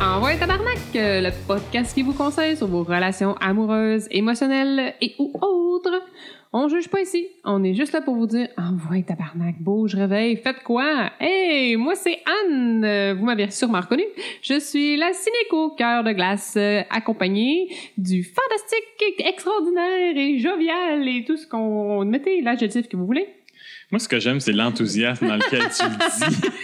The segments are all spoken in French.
à Envoie un tabarnak, euh, le podcast qui vous conseille sur vos relations amoureuses, émotionnelles et ou autres. On juge pas ici, on est juste là pour vous dire Envoie un tabarnak, beau, je réveille, faites quoi? Hey, moi c'est Anne, euh, vous m'avez sûrement reconnue. Je suis la cynique au cœur de glace, euh, accompagnée du fantastique, extraordinaire et jovial et tout ce qu'on... Mettez l'adjectif que vous voulez. Moi, ce que j'aime, c'est l'enthousiasme dans lequel tu le dis.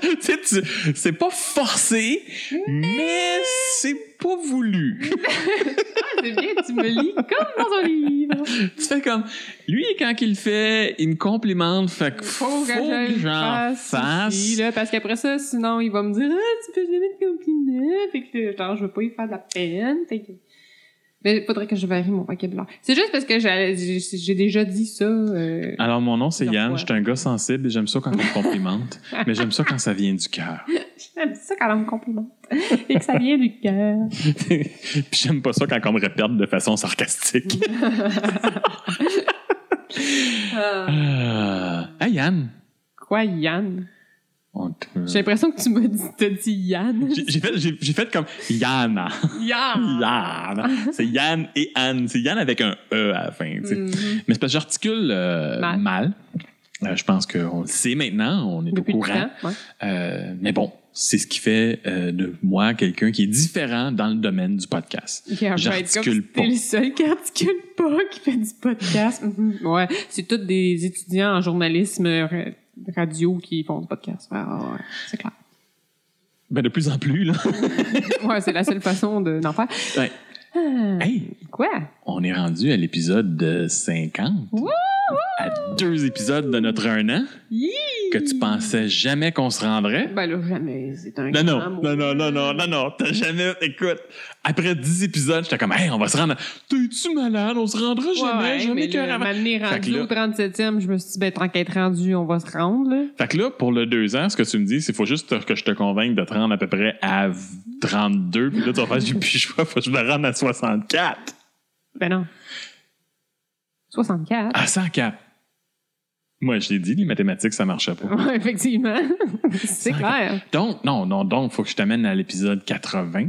Tu sais, tu- c'est pas forcé, mais c'est pas voulu. Ah, c'est bien, tu me lis comme dans un livre. tu fais comme, lui, quand il le fait, il me complimente, fait que faut, je que le j'en fasse. aussi, là, parce qu'aps après ça, sinon, il va me dire Ah, tu peux jamais te compliment. Fait que, là, genre, je veux pas lui faire de la peine. Fait que. Mais faudrait que je varie mon vocabulaire. C'est juste parce que j'ai j'ai- j'ai déjà dit ça. euh, Alors, mon nom, c'est Plusieurs Yann, fois. je suis un gars sensible et j'aime ça quand on me complimente, mais j'aime ça quand ça vient du cœur. J'aime ça quand on me complimente. Et que ça vient du cœur. Puis j'aime pas ça quand on me répète de façon sarcastique. Ah. Ah. Hey, Yann! Quoi, Yann? On te- J'ai l'impression que tu m'as dit, t'as dit Yann. J'ai j'ai fait, j'ai- j'ai fait comme Yann. Yann! Yann. C'est Yann et Anne. C'est Yann avec un E à la fin. tu sais. Mhm. Mais c'est parce que j'articule euh, Mal. mal. Euh, je pense qu'on le sait maintenant, on est Depuis au le courant. temps, ouais. Euh, mais bon, c'est ce qui fait euh, de moi quelqu'un qui est différent dans le domaine du podcast. Ok, je vais être comme si J'articule t'es pas. le seul qui articule pas, qui fait du podcast. Mhm. ouais, c'est tous des étudiants en journalisme ra- radio qui font du podcast. Ouais, ouais, ouais, c'est clair. Ben, de plus en plus, là. Ouais, c'est la seule façon de- d'en faire. Ouais. Ah, Hey, quoi? on est rendu à l'épisode euh, 50. Wouhou! À deux épisodes de notre un an Hi! que tu pensais jamais qu'on se rendrait. Ben là, jamais. C'est un Non, grand non, mot. non, non, non, non, non, non, t'as jamais. Écoute, après 10 épisodes, j'étais comme, hey, on va se rendre. à- T'es-tu malade? On se rendra jamais, Ouais, jamais mais qu'un là, avant. m'amener Fait que rendu là- au 37e, je me suis dit, ben, tant qu'à être rendu, on va se rendre, là. Fait que là, pour le 2 ans, ce que tu me dis, c'est faut juste te- que je te convainque de te rendre à peu près à v- 32, puis là, tu vas faire, j'ai plus le choix, faut que je me rende à 64. Ben non. 64. À 104. Moi, je l'ai dit, les mathématiques, ça marchait pas. Ouais, effectivement. c'est clair. Donc, non, non, donc, faut que je t'amène à l'épisode 80.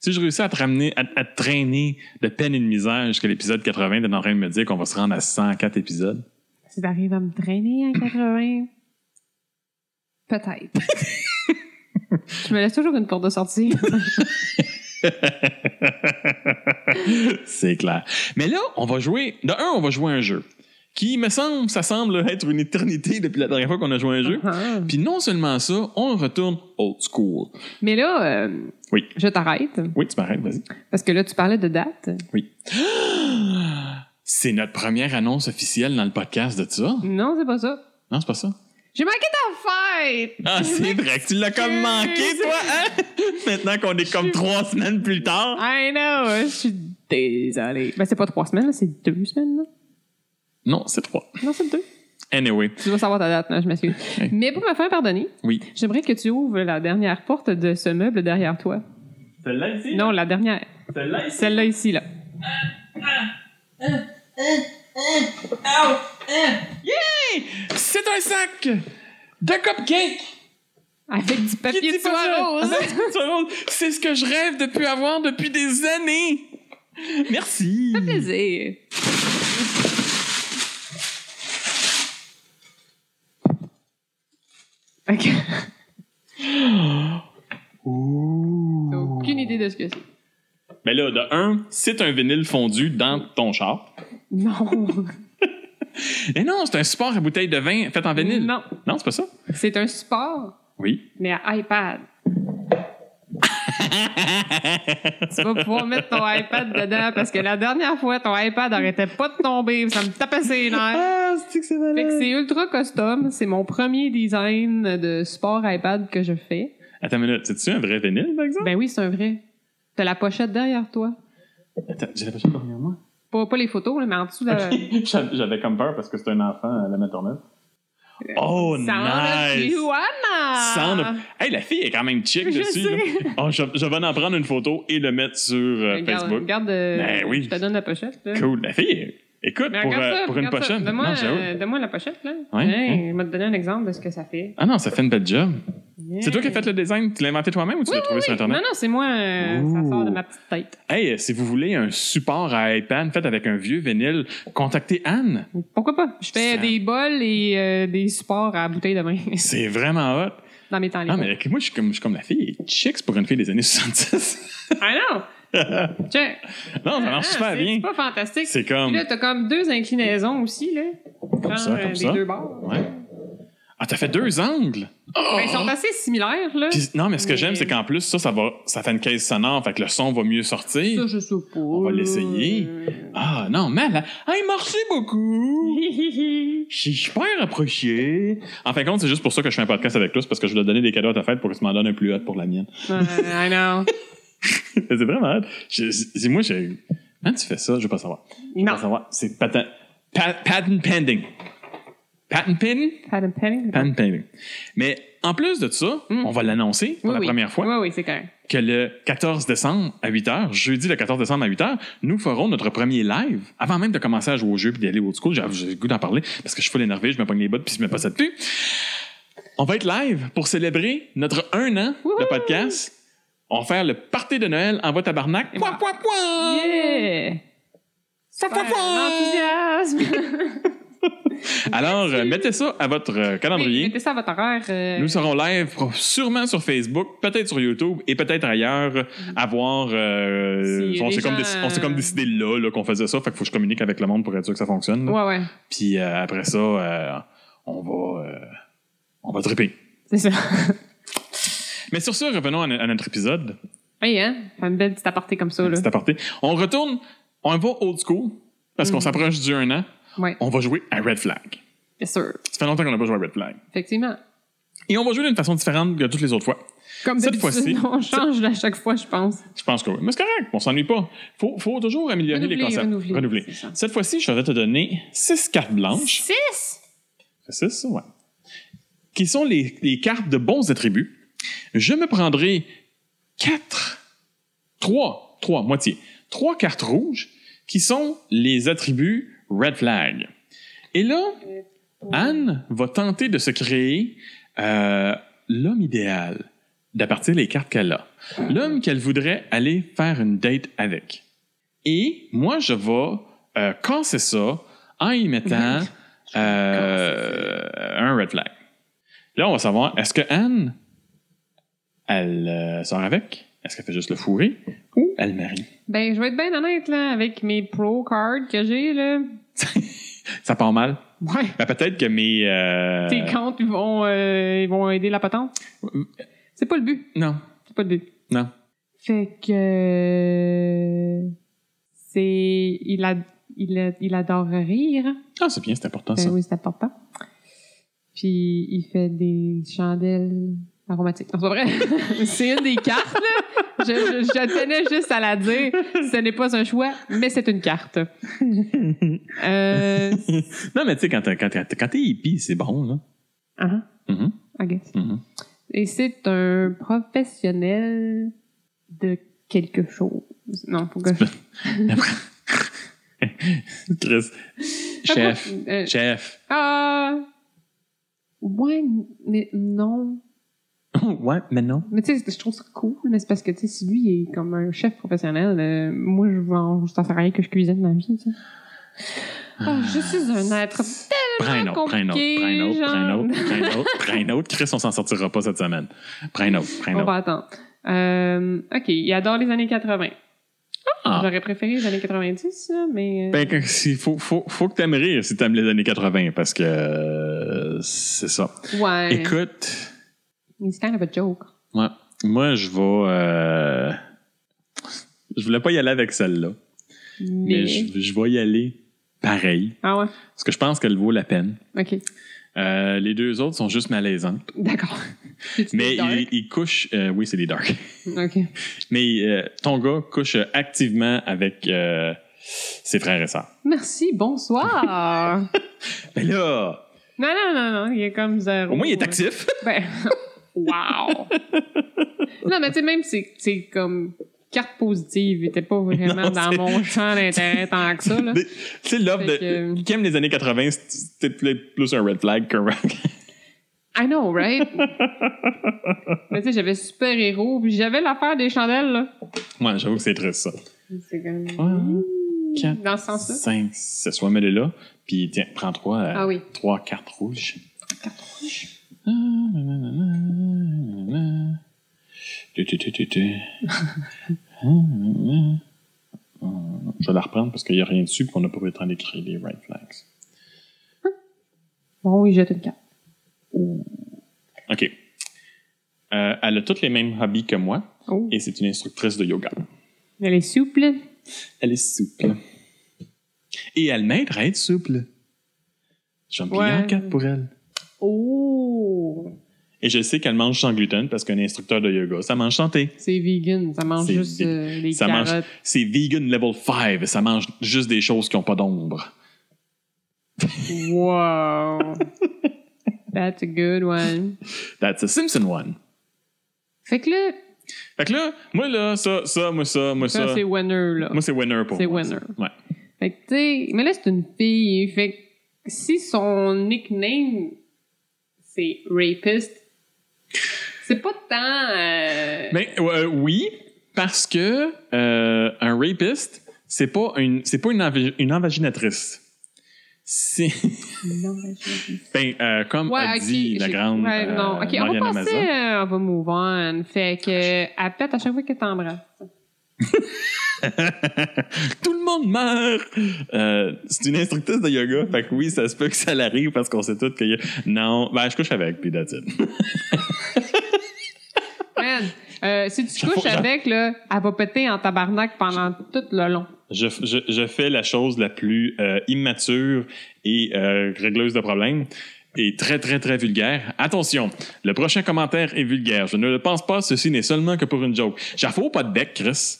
Si je réussis à te ramener, à, à te traîner de peine et de misère jusqu'à l'épisode 80, t'es en train de me dire qu'on va se rendre à 104 épisodes. Si t'arrives à me traîner à 80, peut-être. Je me laisse toujours une porte de sortie. C'est clair. Mais là, on va jouer. De un, on va jouer à un jeu qui, me semble, ça semble être une éternité depuis la dernière fois qu'on a joué à un jeu. Ah. Puis non seulement ça, on retourne old school. Mais là, euh, Oui. je t'arrête. Oui, tu m'arrêtes, vas-y. Parce que là, tu parlais de date. C'est notre première annonce officielle dans le podcast de ça. Non, c'est pas ça. Non, c'est pas ça. J'ai manqué ta fête! Ah, c'est vrai que tu l'as comme manqué, toi, hein? Maintenant qu'on est comme trois semaines plus tard. I know! hein, Je suis désolée. Ben, c'est pas trois semaines, là, c'est deux semaines. Là. Non, c'est trois. Non, c'est deux. Anyway, Tu dois savoir ta date, là, je m'excuse. Oui. Mais pour me faire pardonner, oui. j'aimerais que tu ouvres la dernière porte de ce meuble derrière toi. Celle-là ici? Non, la dernière. Celle-là ici? Celle-là ici, là. C'est un sac de cupcakes! Avec du papier de Kitty soie Potter. rose. Ah, Kitty Potter rose. C'est ce que je rêve depuis avoir depuis des années. Merci. Ça fait plaisir. Ok. Ouh. Aucune idée de ce que c'est. Mais là, de un, c'est un vinyle fondu dans ton char. Non. Mais non, c'est un support à bouteille de vin fait en vinyle. Non. Non, c'est pas ça? C'est un support, Oui. mais à iPad. Tu vas pouvoir mettre ton iPad dedans parce que la dernière fois, ton iPad arrêtait pas de tomber. Ça me tapait ses nerfs. Ah, c'est que c'est malade. Fait que c'est ultra custom. C'est mon premier design de support iPad que je fais. Attends une minute, c'est-tu un vrai vinyle, par exemple? Ben oui, c'est un vrai. T'as la pochette derrière toi. Attends, j'ai la pochette derrière moi. Pas, pas les photos, là, mais en dessous de la- Ok, J'avais j'avais comme peur parce que c'est un enfant à la maternelle. Oh, Sound of nice! Tijuana! Euh, Sound of- Hey, la fille est quand même chic Je dessus. sais. là. Oh, je, je vais en prendre une photo et le mettre sur euh, Regarde, Facebook. regarde, euh, Ben oui. je te donne la pochette. Là. Cool. La fille, est- écoute, Mais pour, regarde euh, ça, pour une regarde ça. prochaine. Donne-moi Non, j'avoue. euh, donne-moi la pochette. Là. Ouais, Hey, ouais. Je vais te donner un exemple de ce que ça fait. Ah non, ça fait une belle job. C'est toi qui as fait le design? Tu l'as inventé toi-même ou tu l'as trouvé sur Internet? Non, non, c'est moi. euh, ça Ouh. sort de ma petite tête. Hey, euh, si vous voulez un support à iPad fait avec un vieux vinyle, contactez Anne. Pourquoi pas? Je fais Ça- des bols et euh, des supports à bouteille de vin C'est vraiment hot. dans mes temps libres. Non, Ah, mais moi, je suis comme, je suis comme la fille est chicks pour une fille des années 70. Ah non! Check. non, ça marche Ah, super c'est- bien. C'est pas fantastique. C'est Puis comme, là, t'as comme deux inclinaisons aussi, là. comme ça, comme les ça. deux bords. Ouais. Ah, t'as fait deux angles? Ben, ils sont assez similaires, là. Oh! Puis- non, mais ce que Mais- j'aime, c'est qu'en plus, ça, ça, va, ça fait une caisse sonore, fait que le son va mieux sortir. Ça, je sais pas. On va l'essayer. Ah, non, mais là, hey, merci beaucoup! Hi-hi-hi. Je suis super approché. En fin de compte, c'est juste pour ça que je fais un podcast avec toi, c'est parce que je voulais te donner des cadeaux à ta fête pour que tu m'en donnes un plus hot pour la mienne. Ah, I know. c'est vraiment hot. Je- je- moi, j'ai. Comment tu fais ça? Je veux pas savoir. Je veux Non. pas savoir. C'est patent. pa- patent pending. Patent pending? Adam Penning? Patent pending. Mais en plus de ça, Mm. on va l'annoncer pour Oui, la oui. première fois Oui, oui, c'est clair. que le 14 décembre à 8 h, jeudi le 14 décembre à 8 h, nous ferons notre premier live avant même de commencer à jouer au jeu puis d'aller au school. J'ai j'ai le goût d'en parler parce que je suis full énervé, je me pogne les bottes puis je me passe ça plus. On va être live pour célébrer notre un an de Wouhou! podcast. On va faire le party de Noël en bas tabarnak. Et Pouah, pouah, pouah! Yeah! Pouah, pouah, Super, pouah! L'enthousiasme! Alors, euh, mettez ça à votre euh, calendrier. Mettez ça à votre horaire. euh, Nous serons live pro- sûrement sur Facebook, peut-être sur YouTube et peut-être ailleurs à voir. euh, Mm-hmm. Si on les s'est comme, gens, déc- on s'est comme euh, décidé là, là, qu'on faisait ça. Fait qu'il faut que je communique avec le monde pour être sûr que ça fonctionne. là. Ouais, ouais. Puis euh, après ça, euh, on va. euh, on va triper. C'est ça. Mais sur ça, revenons à, no- à notre épisode. Oui, hein? Une belle petite aparté comme ça, là. C'est aparté. On retourne, on va old school parce qu'on Mhm. s'approche du 1 an. Ouais, On va jouer à Red Flag. bien sûr. Ça fait longtemps qu'on n'a pas joué à Red Flag. Effectivement. Et on va jouer d'une façon différente que toutes les autres fois. Comme Cette d'habitude, fois-ci- On change à chaque fois, je pense. Je pense que oui. Mais c'est correct, on s'ennuie pas. Faut, faut toujours améliorer les Renouveler, concepts. renouveler, Renouveler. c'est ça. Cette fois-ci, je vais te donner six cartes blanches. Six! C'est ça, ouais. Qui sont les, les cartes de bons attributs. Je me prendrai quatre, trois, trois, moitié, trois cartes rouges qui sont les attributs red flag. Et là, Anne va tenter de se créer euh, l'homme idéal d'à partir des cartes qu'elle a. L'homme qu'elle voudrait aller faire une date avec. Et moi, je vais euh, casser ça en y mettant euh, un red flag. Là, on va savoir, est-ce que Anne, elle euh, sort avec? Est-ce qu'elle fait juste le fourrer? Ou elle marie? Ben, je vais être bien honnête, là, avec mes pro cards que j'ai, là. Ça part mal? Ouais. Ben, peut-être que mes... euh, Tes comptes, ils vont, euh, ils vont aider la patente. C'est pas le but. Non, C'est pas le but. non. Fait que. euh, C'est. Il, a, il, a- il adore rire. Ah, c'est bien, c'est important, Ben ça. oui, c'est important. Puis il fait des chandelles aromatiques. Non, c'est pas vrai. c'est une des cartes. là. Je, je, je tenais juste à la dire. Ce n'est pas un choix, mais c'est une carte. euh. Non, mais tu sais, quand t'es, quand, t'es- quand t'es hippie, c'est bon, là. ah, Mhm, I guess. mhm. Et c'est un professionnel de quelque chose. Non, faut que je. Chris. Chef. Euh, Chef. Ah! Ouais, mais non. Oh, ouais, mais non. Mais tu sais, je trouve ça cool, mais c'est parce que, tu sais, si lui il est comme un chef professionnel, euh, moi, je vends, ça sert à rien que je cuisine ma vie, tu sais. Ah, je suis un être. Prends un autre, prends un autre, prends un autre, prends un autre, prends un autre, prends un autre. Chris, on s'en sortira pas cette semaine. Prends un autre, prends un On autre. va attendre. Euh, ok, il adore les années 80. Ah. J'aurais préféré les années 90, là, mais. euh, Ben, que- si- faut, faut, faut que t'aimes rire si t'aimes les années 80, parce que euh, c'est ça. ouais. Écoute, It's kind of a joke. ouais, moi, je vais... euh, je voulais pas y aller avec celle-là, mais, Mais. je, je vais y aller pareil, Ah ouais? parce que je pense qu'elle vaut la peine. Ok. Euh, les deux autres sont juste malaisantes. D'accord. C'est-tu Mais dark? ils il couchent... euh, oui, c'est des dark. Ok. Mais euh, ton gars couche activement avec euh, ses frères et sœurs. Merci, bonsoir! Ben là, Non, non, non, non, il est comme zéro. au moins, il est actif. Ben, wow! non, mais tu sais, même, c'est c'est comme carte positive, il était pas vraiment Non, dans c'est- mon champ d'intérêt tant que ça, là. Tu sais, l'offre Fait de... que- euh, Qui aime les années 80, c'est c'est plus un red flag qu'un red flag. I know, right? Mais tu sais, j'avais super-héros, puis j'avais l'affaire des chandelles, là. Ouais, j'avoue que c'est très ça. C'est comme... Un, quatre, Dans ce sens-là. 5, 6, soit mets-les là, puis tiens, prends trois, euh, Ah oui. trois cartes rouges. Carte rouge. Ah, nanana, nanana. Tu, tu, tu, tu, tu. Ah, nanana. Ah, non, Je vais la reprendre parce qu'il n'y a rien dessus et on n'a pas eu le temps d'écrire les right flags. Bon, oui, jette une carte. Ouh. OK. Euh, elle a tous les mêmes hobbies que moi Oh. et c'est une instructrice de yoga. Elle est souple. Elle est souple. Et elle m'aide à être souple. J'en plie Ouais. en quatre pour elle. Oh! Et je sais qu'elle mange sans gluten parce qu'un instructeur de yoga, ça mange santé. C'est vegan, ça mange C'est juste vi- euh, les ça mange- carottes. C'est vegan level 5. Ça mange juste des choses qui n'ont pas d'ombre. Wow! That's a good one. That's a Simpson one. Fait que là, Fait que là, moi là, ça, ça, moi ça, moi ça, ça. c'est winner, là. Moi c'est winner pour C'est moi. winner. ça. Ouais. Fait que, tu sais, mais là, c'est une fille. Fait que si son nickname, c'est rapist, c'est pas tant. euh, Ben euh, oui, parce que euh, un rapiste, c'est pas une, c'est pas une, envi- une envaginatrice. C'est non, mais je- ben, euh, comme Ouais, a ok, dit la j'ai- grande ouais, euh, non, ok, on Marianne va Mazza. passer, euh, on va move on. Fait que, Ah, euh, elle pète à chaque fois qu'elle t'embrasse. euh, Tout le monde meurt. Euh, c'est une instructrice de yoga, fait que oui, ça se peut que ça l'arrive parce qu'on sait tous que non, ben je couche avec puis that's it. Man, euh, si tu J'avoue, couches j'avoue. avec, là, elle va péter en tabarnak pendant tout le long. Je, je, je fais la chose la plus euh, immature et euh, régleuse de problèmes et très, très, très vulgaire. Attention, le prochain commentaire est vulgaire. Je ne le pense pas, ceci n'est seulement que pour une joke. J'affaux pas de bec, Chris.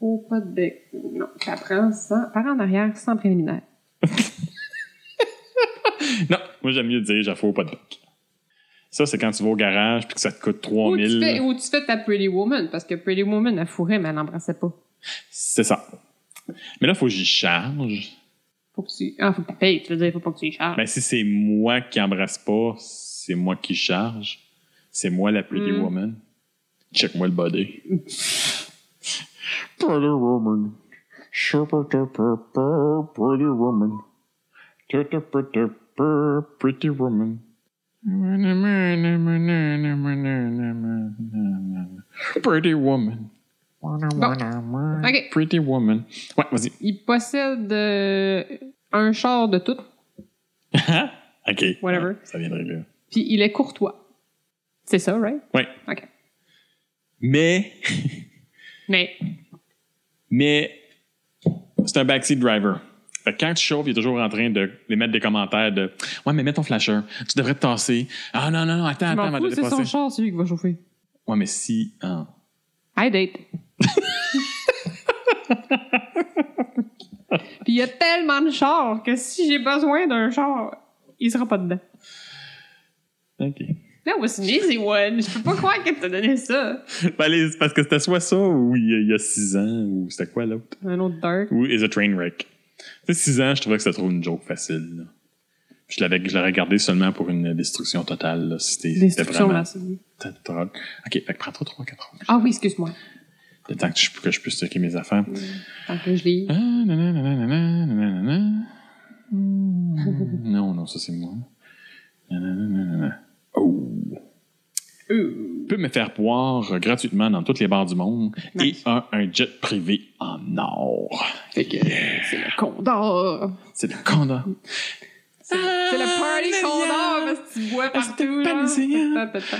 Oh, pas de bec. Non, t'apprends ça. Par en arrière, sans préliminaire. Non, moi j'aime mieux dire j'affaux pas de bec. Ça, c'est quand tu vas au garage puis que ça te coûte Ou tu, 3000. fais, ou tu fais ta Pretty Woman, parce que Pretty Woman, elle fourrait, mais elle l'embrassait pas. C'est ça. Mais là, faut que j'y charge. Faut que tu. Ah, faut que tu payes, tu veux dire, faut pas que tu y charges. Ben, si c'est moi qui embrasse pas, c'est moi qui charge. C'est moi la pretty Mm. woman. Check-moi le body. pretty woman. Sha-pa-ta-pa-pa, Pretty woman. Ta-ta-pa-ta-pa, Pretty woman. Pretty woman. Ok. Pretty woman. Ouais, vas-y. Il possède euh, un char de tout, ok. Whatever. Ça viendrait là. puis il est courtois. C'est ça, right? Ouais. Ok. Mais Mais, Mais c'est un backseat driver. Fait que quand tu chauffes, il est toujours en train de les mettre des commentaires de Ouais, mais mets ton flasher, tu devrais te tasser. Ah non, non, non, attends, je attends, m'en avant fous, de c'est son dépasser. char, celui qui va chauffer. Ouais, mais si. ah. I date. Puis il y a tellement de chars que si j'ai besoin d'un char, il sera pas dedans. OK. That was an easy one. Je peux pas croire qu'elle t'a donné ça. Ben, les- c'est parce que c'était soit ça ou il y a- il y a six ans, ou c'était quoi l'autre? Un autre dark. Ou Is a Train Wreck. Tu sais, six ans, je trouvais que c'était trop une joke facile. là. Puis Je l'avais, je l'aurais gardé seulement pour une destruction totale. Là, si c'était- c'était Destruction vraiment. massive. totale. OK, fait que prends-toi 3-4 ans. Ah oui, excuse-moi. Le temps que, je- que je puisse checker mes affaires. Tant que je lis. Ah, nanana, nanana, nanana. Hmm, Non, non, ça c'est moi. Nanana, nanana. Oh. Euh, Peut me faire boire euh, gratuitement dans toutes les bars du monde Nice. et a un jet privé en or. Fait que c'est le condor. C'est le Ah, condor. C'est C'est le party condor parce que tu bois Ah, c'était partout. pas genre. l'océan. Ta, ta, ta.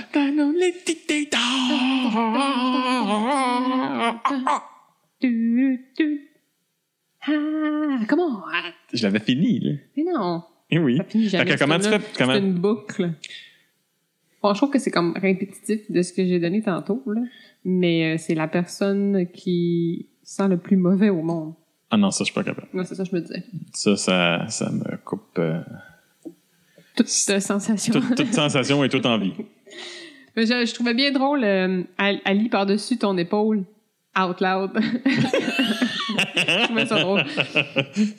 Tu, tu. Ah, come on. Je l'avais fini, là. Mais non. Eh oui. Ça finit jamais. Fait que comment tu ce fais- film-là. comment- C'est une boucle. Bon, je trouve que c'est comme répétitif de ce que j'ai donné tantôt, là. mais euh, c'est la personne qui sent le plus mauvais au monde. Ah non, ça, je suis pas capable. Moi, c'est ça que je me disais. Ça, ça, ça me coupe euh, Toute cette sensation. toute, toute sensation et toute envie. Mais je, je trouvais bien drôle, euh, elle, elle lit par-dessus ton épaule, out loud. je trouvais ça drôle.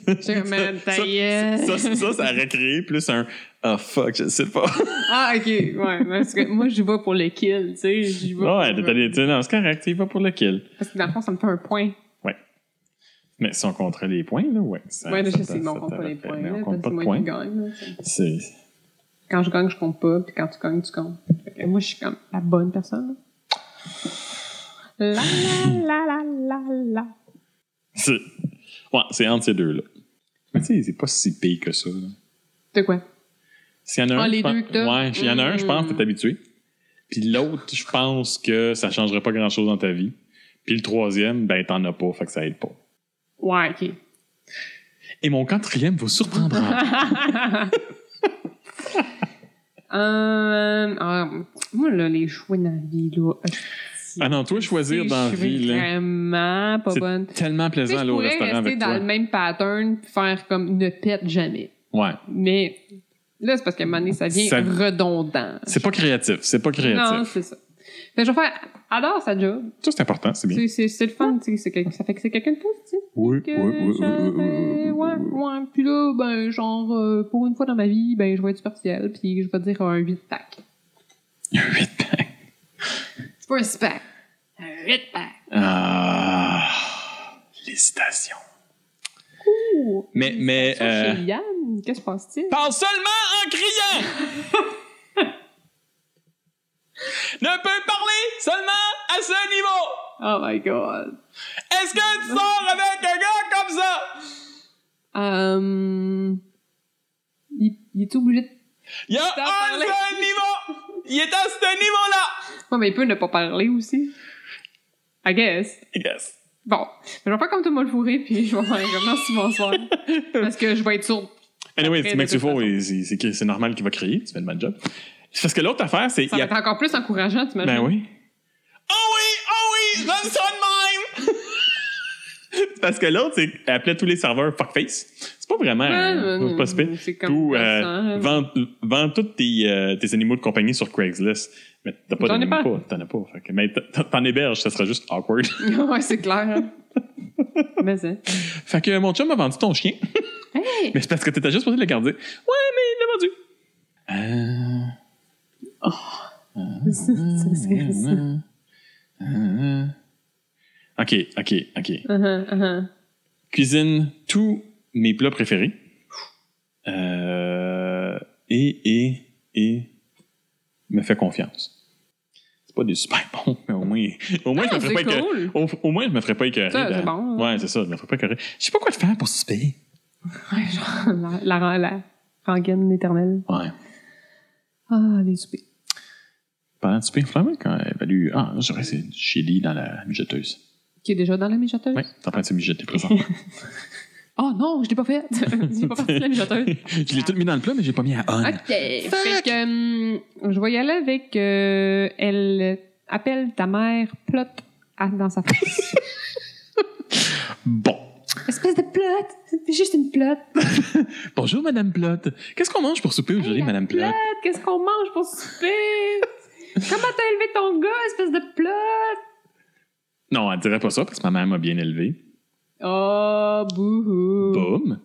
Je Ça, me ça, ça, ça, ça aurait créé plus un, Ah, fuck, je sais pas. Ah, ok. Ouais, parce que moi, j'y vais pour le kill, tu sais. J'y vais. ouais, j'y t'as vais. des- t'as- non, c'est correct, il va pour le kill. Parce que dans le fond, ça me fait un point. Mais si on compterait les points, là, ouais. ça- ouais, là, ça je t'a- sais, mais on ça compte pas t'a- les points. mais là, On parce compte pas que de moi, points. tu gagnes, là, tu sais. C'est. Quand je gagne, je compte pas, puis quand tu gagnes, tu comptes. Fait que moi, je suis comme la bonne personne. La la la la la. C'est ouais, c'est entre ces deux-là. Mais tu sais, c'est pas si pire que ça. là. De quoi? S'il y en a Ah, un, les je pense- deux que t'as. ouais, s'il y en a un, je pense que Mm. t'es habitué. Puis l'autre, je pense que ça changerait pas grand-chose dans ta vie. Puis le troisième, ben t'en as pas, fait que ça aide pas. Ouais, ok. Et mon quatrième vous surprendra. Euh, ah, moi, là, les choix dans la vie, là. hostie. ah non, toi choisir dans la Je suis vie, là, vraiment pas C'est bonne. tellement Tu sais, plaisant je aller au pourrais restaurant rester avec dans toi. le même pattern, puis faire comme ne pète jamais. Ouais, Mais là, c'est parce qu'à un moment donné, ça vient Ça- redondant. c'est pas créatif, c'est pas créatif. Non, c'est ça. Fait que je vais faire, adore sa job. Ça c'est important, c'est bien. C'est- C'est c'est le fun, tu sais. c'est quel- Ça fait que c'est quelqu'un de positif. Oui, que oui, oui, oui, oui, oui, oui, j'avais- Ouais, oui, oui. ouais. Puis là, ben, genre, euh, pour une fois dans ma vie, ben, je vais être superficielle, puis je vais dire un 8-pack. Huit pains. C'est pas un 6-pack. Un 8-pack. Ah, l'hésitation. Ouh! Mais, mais, Ça, euh, chez Yann, qu'est-ce que pense-t-il? Parle seulement en criant. ne peux parler seulement à ce niveau. Oh my god. Est-ce que tu sors avec un gars comme ça? Euh, il, il est obligé de. Il y a un T'as parlé. seul niveau. Il est à ce niveau-là. Ouais, mais il peut ne pas parler aussi. I guess. Yes. Bon. Je vais faire comme tout le monde fourré, puis je vais faire comme merci, bonsoir. Parce que je vais être sourde. Anyway, Après, tu mets de toute faux et c'est- c'est que c'est normal qu'il va crier. Tu fais le mal job. C'est Parce que l'autre affaire, c'est... Ça il y va a- être encore plus encourageant, tu Ben oui. Oh oui, oh oui, donne ça de même. Parce que l'autre, c'est elle appelait tous les serveurs fuckface. C'est pas vraiment... euh, c'est pas super. C'est comme. Ou euh, ça, hein. vends, vends tous tes, euh, tes animaux de compagnie sur Craigslist. Mais t'as pas J'en ai pas. d'animaux. pas. T'en as pas. Fait que- mais t'en- t'en héberges, ça serait juste awkward. ouais, c'est clair. hein. mais ça. fait que mon chum a vendu ton chien. Hey! Mais c'est parce que t'étais juste posé le garder. Ouais, mais il l'a vendu. ça serait ça. Euh, euh, ok, ok, ok. Uh-huh, uh-huh. Cuisine tous mes plats préférés. Euh, et, et, et me fait confiance. C'est pas des super bons, mais au moins, au moins Ah, je me ferais pas c'est écœurer. cool. Au, au moins, je me ferais pas écœurer. Ça, c'est ben. bon. Ouais, c'est ça, je me ferais pas écœurer. Je sais pas quoi faire pour se payer. Oh. Ouais, genre, la, la, la rengaine éternelle. Ouais. Ah, les soupers. Parlant de souper, finalement, quand elle value. Ah, là, j'aurais c'est du chili dans la mijoteuse. Qui est déjà dans la mijoteuse? Oui, t'es en train de se mijoter présent. Oh non, je l'ai pas faite. je l'ai pas partie de la mijoteuse. je l'ai tout mis dans le plat, mais j'ai pas mis à on. OK. Fait que, hum, je vais y aller avec euh, Elle appelle ta mère plot à- dans sa face. Bon. Espèce de plot. C'est juste une plot. Bonjour, Madame Plot. Qu'est-ce qu'on mange pour souper aujourd'hui, la Madame Plot? Qu'est-ce qu'on mange pour souper? Comment t'as élevé ton gars, espèce de plot? Non, elle dirait pas ça parce que ma mère m'a bien élevé. Oh, bouhou. Boum.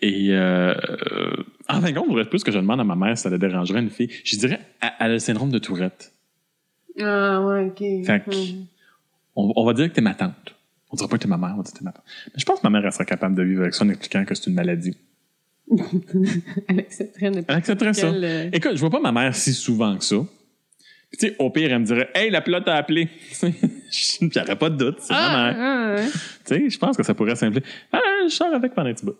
Et euh, euh, en fin de compte, faudrait plus que je demande à ma mère si ça la dérangerait une fille. Je dirais, elle elle a le syndrome de Tourette. Ah, ouais, OK. Fait que- Hum. On, on va dire que t'es ma tante. On dira pas que t'es ma mère, on va dire que t'es ma tante. Mais je pense que ma mère, elle serait capable de vivre avec ça en expliquant que c'est une maladie. Elle accepterait n'importe Elle accepterait ça. quel, euh, Écoute, je vois pas ma mère si souvent que ça. Puis, tu sais, au pire, elle me dirait, hey, la pelote a appelé. J'aurais pas de doute, c'est ma Ah, mère. ah, ouais. Tu sais, je pense que ça pourrait simplifier. Ah, je sors avec pendant un petit bout.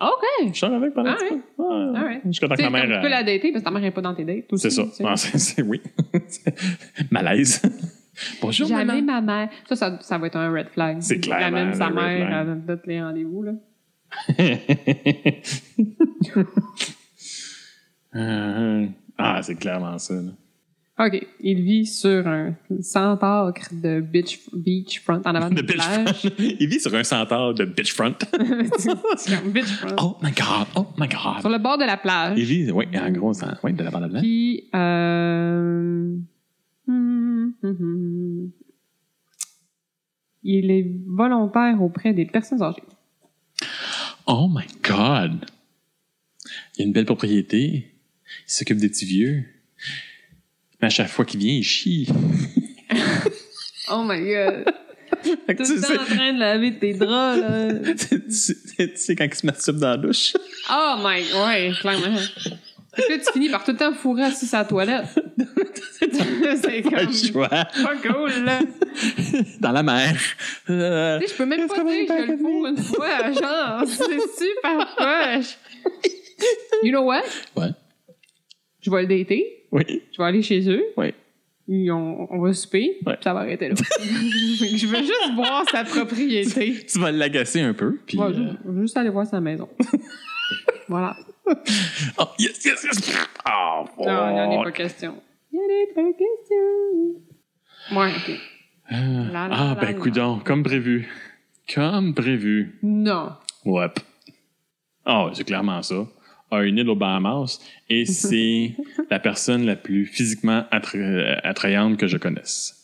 ah, OK. Je sors avec pendant un petit bout. Ouais. Alright. Je suis content que Ah Tu ma sais, comme mère. tu peux elle- la dater parce que ta mère n'est pas dans tes dates aussi. C'est ça. tu sais. Ah, c'est, c'est- oui. Malaise. Bonjour, Jamais maman. ma mère. Ça, ça, ça va être un red flag. C'est clairement La même sa le red mère flag. à tous les rendez-vous. Là. Euh, ah, c'est clairement ça. là. OK. Il vit sur un centaure de beach, beachfront en avant de De plage. bitchfront. Il vit sur un centaure de bitchfront. C'est comme beachfront. oh my god, oh my god. Sur le bord de la Il plage. vit, oui, en gros, dans- ouais, de la bande à blanc. Puis, euh... hum, hum, hum. il est volontaire auprès des personnes âgées. Oh my god. Il y a une belle propriété. Il s'occupe des petits vieux. Mais à chaque fois qu'il vient, il chie. Oh my god. Fait que Tout tu le temps en train de laver tes draps, là. sais- tu sais- tu sais, quand il se masturbe dans la douche, Oh my, ouais, clairement. Fait que là, tu finis par tout le temps fourrer assis sur la toilette. c'est pas comme le choix. pas cool, là. Tu Dans la mer. Euh, sais, je peux même Est-ce pas qu'on va dire aller que je le back at me? fourre une fois, genre. C'est super poche. You know what? Ouais. Je vais le dater. Oui. Je vais aller chez eux. Ouais. Ils ont- on, va souper. Ouais. puis Ça va arrêter là. je veux juste voir sa propriété. Tu vas l'agacer un peu. Puis, Ouais, euh, juste, juste aller voir sa maison. voilà. Oh, yes, yes, yes! Oh, Non, il n'y en a pas question. Il n'y en a pas question. Ouais, OK. La, la, Ah, la, ben, la. coudon, comme prévu. Comme prévu. Non. Ouais. Ah, ouais, c'est clairement ça. A une île aux Bahamas et c'est la personne la plus physiquement attra- attrayante que je connaisse.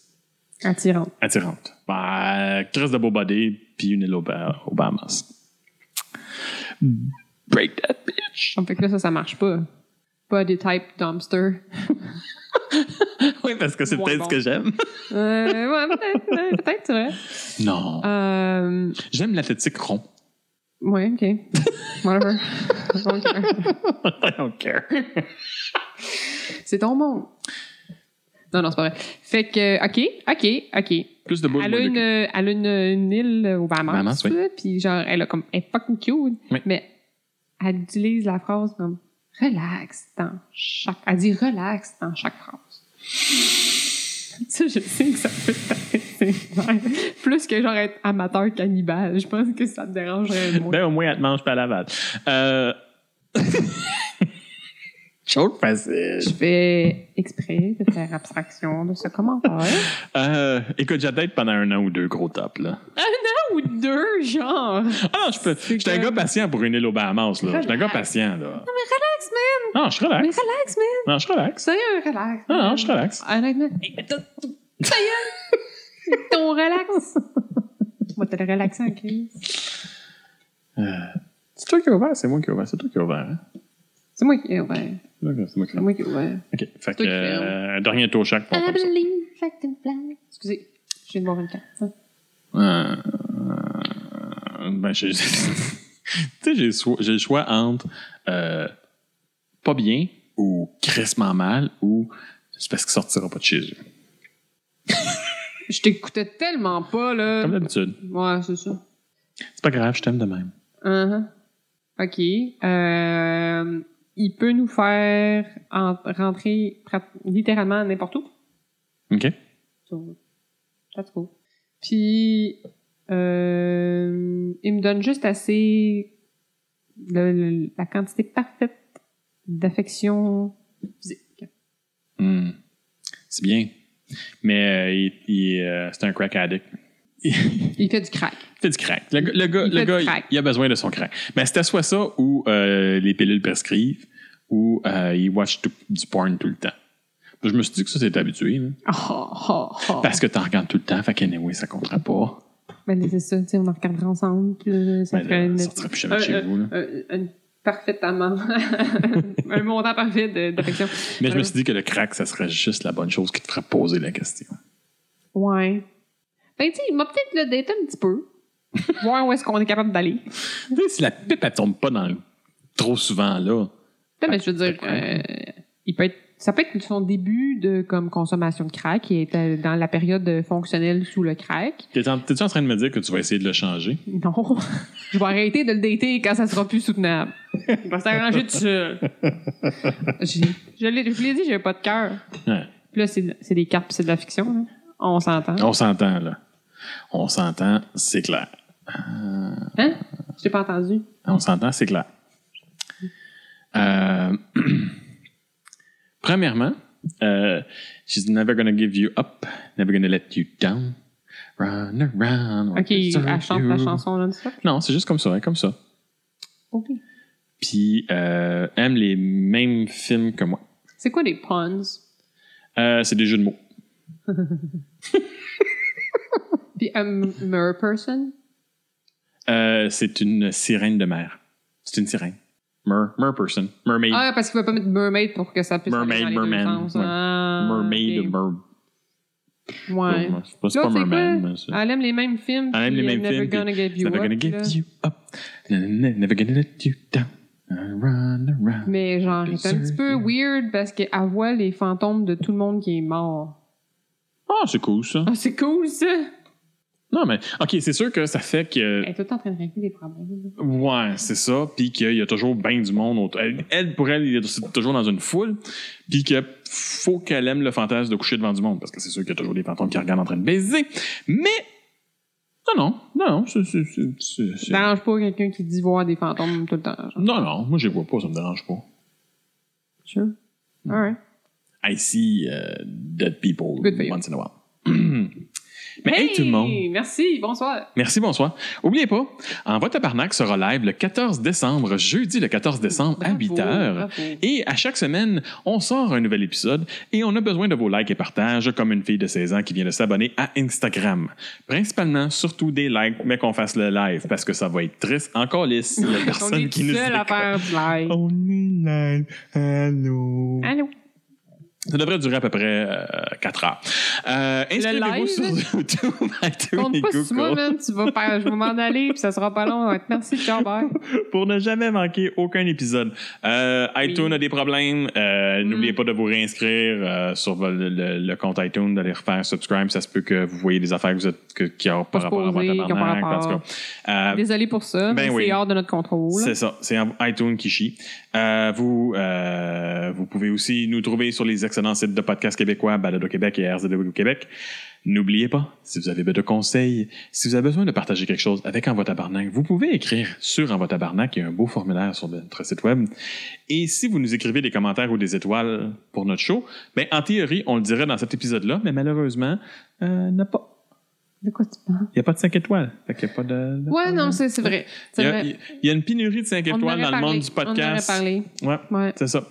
Attirant. Attirante. Ben, Chris de beau body, puis une île aux, Ba- aux Bahamas. Break that bitch. En fait que là, ça, ça marche pas. Pas des type dumpster. Oui, parce que c'est Moins peut-être bon. ce que j'aime. Euh, ouais, peut-être, ouais, peut-être, c'est vrai. Non. Euh, J'aime l'athlétique rond. ouais, OK. Whatever. OK. I don't care. C'est ton monde. Non, non, c'est pas vrai. Fait que, OK, OK, OK. Plus de boules. Elle a, moins de une, euh, cul. elle a une, une île au Bahamas, Bahamas, oui. là, puis genre, elle a comme, elle est fucking cute, Oui. mais elle utilise la phrase comme relax dans chaque, elle dit relax dans chaque phrase. Ça, je sais que ça peut t'arrêter. Plus que genre être amateur cannibale, je pense que ça te dérangerait moins. Ben, au moins, elle te mange pas la lavade. Euh... Joke facile. Je fais exprès de faire abstraction de ce commentaire. Euh, écoute, j'ai peut-être pendant un an ou deux, gros top, là. Ou deux, genre. Ah non, je peux. C'est J'étais un que- gars patient pour une île aux Bahamas, là. J'étais un gars Relax. patient, là. Relax, man. Non, je Mais relaxe. relax, man. Non, je relaxe. Sérieux, relax. Non, man. non, je relaxe. Honnêtement. Ça y est! Ton relax! On va te le relaxer en crise. C'est toi qui as ouvert, c'est moi qui ai ouvert. C'est toi qui as ouvert, hein? C'est moi qui ai ouvert. C'est moi qui- c'est moi qui ai C'est ouvert. moi qui ai ouvert. OK. Fait que, toi qui hein. euh, ferme. un dernier tour chaque pour comme ça. Excusez, je viens de boire une carte. Euh, euh, ben, j'ai- tu sais, j'ai so- j'ai le choix entre euh, pas bien ou crissement mal ou c'est parce qu'il sortira pas de chez eux. Je t'écoutais tellement pas, là. Comme d'habitude. Ouais, c'est ça. C'est pas grave, je t'aime de même. Uh-huh. OK. Euh, il peut nous faire en- rentrer prat- littéralement n'importe où. OK? So, Pas trop. Puis, euh, il me donne juste assez le- le- la quantité parfaite d'affection physique. Hmm. C'est bien. Mais euh, il, il, euh, c'est un crack addict. Il Il fait du crack. fait du crack. Le, gars- le gars, Il le fait du gars, crack. il a besoin de son crack. Mais c'était soit ça ou euh, les pilules prescrivent ou euh, il watch tout- du porn tout le temps. Je me suis dit que ça, c'est habitué. là. Oh, oh, oh. Parce que t'en regardes tout le temps, fait qu'anyway, ça comptera pas. Ben, c'est ça, tu sais, on en regardera ensemble. puis, euh, ça Ben, ferait là, une- ça sortira plus jamais de Euh, chez euh, vous. là. euh, une parfaite amende. un montant parfait de- d'affection. Mais je me euh, suis dit que le crack, ça serait juste la bonne chose qui te ferait poser la question. Ouais. Ben, tu sais, il m'a peut-être le daté un petit peu. Voir où est-ce qu'on est capable d'aller. Tu sais, Si la pipe, elle tombe pas dans le... trop souvent, là. Non, mais je veux dire, euh, il peut être, ça peut être son début de comme consommation de crack et être euh, dans la période fonctionnelle sous le crack. T'es en, t'es-tu en train de me dire que tu vas essayer de le changer? Non, je vais arrêter de le dater quand ça sera plus soutenable. Il va s'arranger tout seul. J'ai- Je l'ai- je vous l'ai dit, j'ai pas de cœur. Ouais. Puis là, c'est c'est des cartes, puis c'est de la fiction. là. On s'entend. On s'entend, là. On s'entend, c'est clair. Hein? Je t'ai pas entendu. On s'entend, c'est clair. Euh, Premièrement, euh, she's never gonna give you up, never gonna let you down. Run around. OK, elle chante la chanson non-stop. Non, c'est juste comme ça, hein, comme ça. OK. Puis euh, aime les mêmes films que moi. C'est quoi des puns? Euh, c'est des jeux de mots. Puis a mer person? Euh, c'est une sirène de mer. C'est une sirène. Mer, mer person. Mermaid. Ah, parce qu'il ne pas mettre mermaid pour que ça puisse Mermaid, aller dans les deux merman, sens. ouais. Ah, mermaid. ok. mer- Ouais. Ouais, c'est pas- C'est L'autre, pas c'est merman, quoi? mais c'est. Elle aime les mêmes films. Elle aime puis les mêmes Never films, Gonna Give You Never Up, gonna là. give you up. Na, na, na, Never gonna let you down. I Run around. Mais genre, elle est un petit peu weird parce qu'elle voit les fantômes de tout le monde qui est mort. Ah, c'est cool ça. Ah, c'est cool, ça! Non, mais OK, c'est sûr que ça fait que. Elle est tout le temps en train de régler des problèmes. Ouais, c'est ça. Puis qu'il y a toujours bien du monde. autour. Elle, elle, pour elle, il est toujours dans une foule. Puis que faut qu'elle aime le fantasme de coucher devant du monde. Parce que c'est sûr qu'il y a toujours des fantômes qui regardent en train de baiser. Mais. Non, non, non, non. c'est- c'est- c'est- c'est- Ça c'est- dérange pas quelqu'un qui dit voir des fantômes tout le temps. Genre. Non, non, moi, je les vois pas, ça me dérange pas. Sure. Alright. I see uh, dead people Good for you. once in a while. Mais hey, tout le monde! Merci, bonsoir. Merci, bonsoir. Oubliez pas, Envoi Tabarnak sera live le 14 décembre, jeudi le 14 décembre à Bravo, 8 h. bravo. Et à chaque semaine, on sort un nouvel épisode et on a besoin de vos likes et partages comme une fille de 16 ans qui vient de s'abonner à Instagram. Principalement, surtout des likes, mais qu'on fasse le live parce que ça va être triste encore lisse s'il y a On personne est qui tout nous seul à écoute. Oh. faire du live. On est live. Allô. Allô? Ça devrait durer à peu près 4 heures. Euh, Inscrivez-vous live? sur YouTube, iTunes Compte et pas sur moi, Google. man. Tu vas faire, je vais m'en aller, puis ça sera pas long. On va être merci, ciao, bye. pour ne jamais manquer aucun épisode. Euh, iTunes a des problèmes. Euh, Mm. N'oubliez pas de vous réinscrire euh, sur vo- le, le- le compte iTunes, d'aller refaire subscribe. Ça se peut que vous voyez des affaires que vous êtes, que, qui ont par Pas rapport à votre supposées, qui ont pas tabarnak. En rapport. tout cas, euh, Désolé pour ça, Ben mais oui. c'est hors de notre contrôle. c'est ça, c'est en- iTunes qui chie. Euh, vous, euh, vous pouvez aussi nous trouver sur les excellents sites de podcasts québécois, Balado Québec et RZW Québec. N'oubliez pas, si vous avez besoin de conseils, si vous avez besoin de partager quelque chose avec Envoi Tabarnak, vous pouvez écrire sur Envoi Tabarnak. Il y a un beau formulaire sur notre site web. Et si vous nous écrivez des commentaires ou des étoiles pour notre show, ben, en théorie, on le dirait dans cet épisode-là, mais malheureusement, euh, il n'y a pas- De quoi tu parles? il y a pas de 5 étoiles. Fait qu'il y a pas de- de- Ouais, non, c'est c'est vrai. Il C'est y, a, vrai. il y a une pénurie de 5 On en étoiles aurait dans le parlé. monde du podcast. On en aurait parlé. Ouais, Ouais. c'est ça.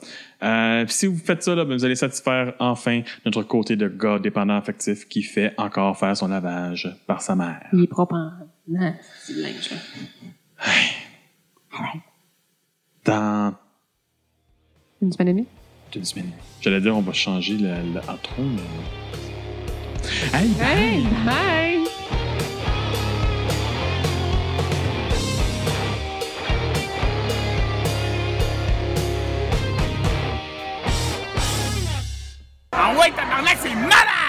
Euh, puis si vous faites ça, là, ben, vous allez satisfaire enfin notre côté de gars dépendant affectif qui fait encore faire son lavage par sa mère. Il est propre en. Non, c'est du linge, là. Dans Une semaine et demie? une semaine. J'allais dire, on va changer le, le outro, mais. Hey, Hey, bye! Ah ouais, tabarnak, c'est malade!